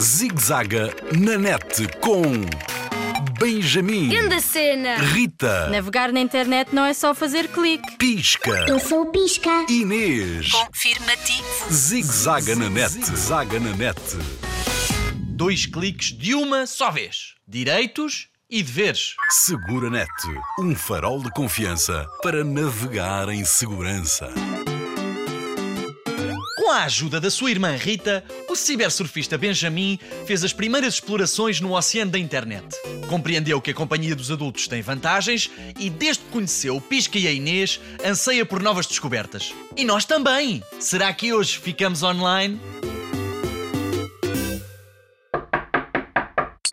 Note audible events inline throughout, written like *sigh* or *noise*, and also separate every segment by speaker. Speaker 1: Zigzaga na net com Benjamin,
Speaker 2: Grande cena!
Speaker 1: Rita,
Speaker 3: Navegar na internet não é só fazer clique.
Speaker 1: Pisca,
Speaker 4: Eu sou o Pisca.
Speaker 1: Inês.
Speaker 5: Confirmativo.
Speaker 1: Zigzaga na net, zaga na net.
Speaker 6: Dois cliques de uma só vez. Direitos e deveres.
Speaker 1: Segura net, um farol de confiança para navegar em segurança.
Speaker 6: Com a ajuda da sua irmã Rita, o cibersurfista Benjamin fez as primeiras explorações no oceano da internet. Compreendeu que a companhia dos adultos tem vantagens e, desde que conheceu o Pisca e a Inês, anseia por novas descobertas. E nós também! Será que hoje ficamos online?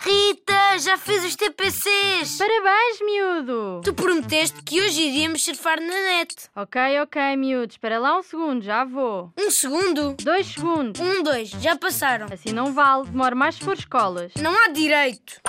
Speaker 2: Rita, já fez os TPCs!
Speaker 3: Parabéns, miúdo!
Speaker 2: Tu prometeste que hoje iríamos surfar na net.
Speaker 3: Ok, ok, miúdo, espera lá um segundo, já vou.
Speaker 2: Um segundo?
Speaker 3: Dois segundos.
Speaker 2: Um, dois, já passaram.
Speaker 3: Assim não vale, demora mais se for escolas.
Speaker 2: Não há direito.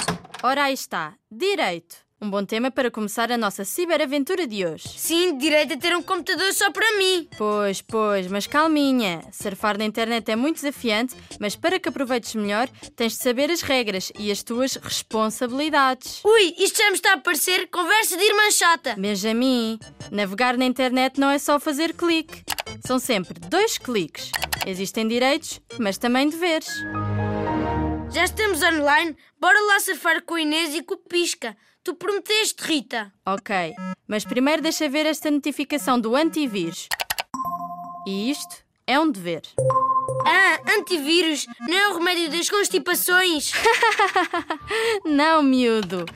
Speaker 3: Ora, aí está. Direito. Um bom tema para começar a nossa ciberaventura de hoje.
Speaker 2: Sim, direito a ter um computador só para mim.
Speaker 3: Pois, pois, mas calminha. Surfar na internet é muito desafiante, mas para que aproveites melhor, tens de saber as regras e as tuas responsabilidades.
Speaker 2: Ui, isto já me está a parecer conversa de irmã chata.
Speaker 3: Benjamin, navegar na internet não é só fazer clique. São sempre dois cliques. Existem direitos, mas também deveres.
Speaker 2: Já estamos online, bora lá surfar com a Inês e com o Pisca. Tu prometeste, Rita.
Speaker 3: Ok, mas primeiro deixa ver esta notificação do antivírus. E isto é um dever.
Speaker 2: Ah, antivírus, não é o remédio das constipações? *laughs*
Speaker 3: Não, miúdo.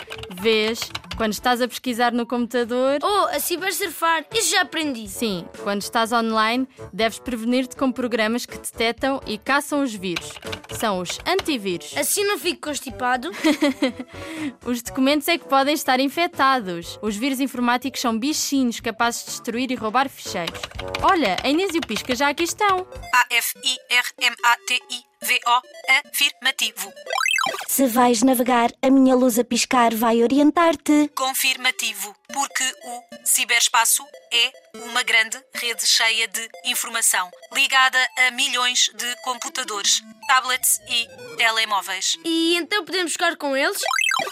Speaker 3: Vês, quando estás a pesquisar no computador.
Speaker 2: oh, a cibersurfar, isso já aprendi.
Speaker 3: Sim, quando estás online, deves prevenir-te com programas que detectam e caçam os vírus. São os antivírus.
Speaker 2: Assim não fico constipado.
Speaker 3: Os documentos é que podem estar infectados. Os vírus informáticos são bichinhos capazes de destruir e roubar ficheiros. Olha, a Inês e o Pisca já aqui estão.
Speaker 5: A-F-I-R-M-A-T-I-V-O. Afirmativo.
Speaker 4: Se vais navegar, a minha luz a piscar vai orientar-te.
Speaker 5: Confirmativo. Porque o ciberespaço é uma grande rede cheia de informação, ligada a milhões de computadores, tablets e telemóveis.
Speaker 2: E então podemos jogar com eles?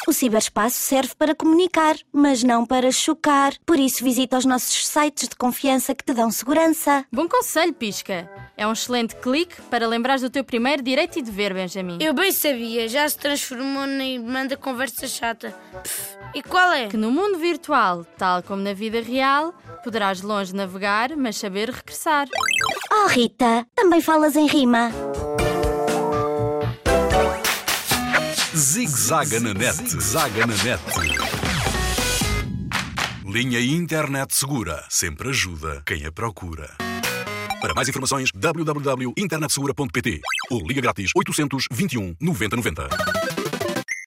Speaker 4: O ciberespaço serve para comunicar, mas não para chocar. Por isso, visita os nossos sites de confiança que te dão segurança.
Speaker 3: Bom conselho, Pisca. É um excelente clique para lembrares do teu primeiro direito e dever, Benjamin.
Speaker 2: Eu bem sabia, já se transformou na irmã da conversa chata. Pff, e qual é?
Speaker 3: Que no mundo virtual, tal como na vida real, poderás longe navegar, mas saber regressar.
Speaker 4: Oh, Rita, também falas em rima.
Speaker 1: Zigzaga na net, zaga na net. Linha Internet Segura sempre ajuda quem a procura. Para mais um informações, www.internetsegura.pt ou liga grátis 821 9090.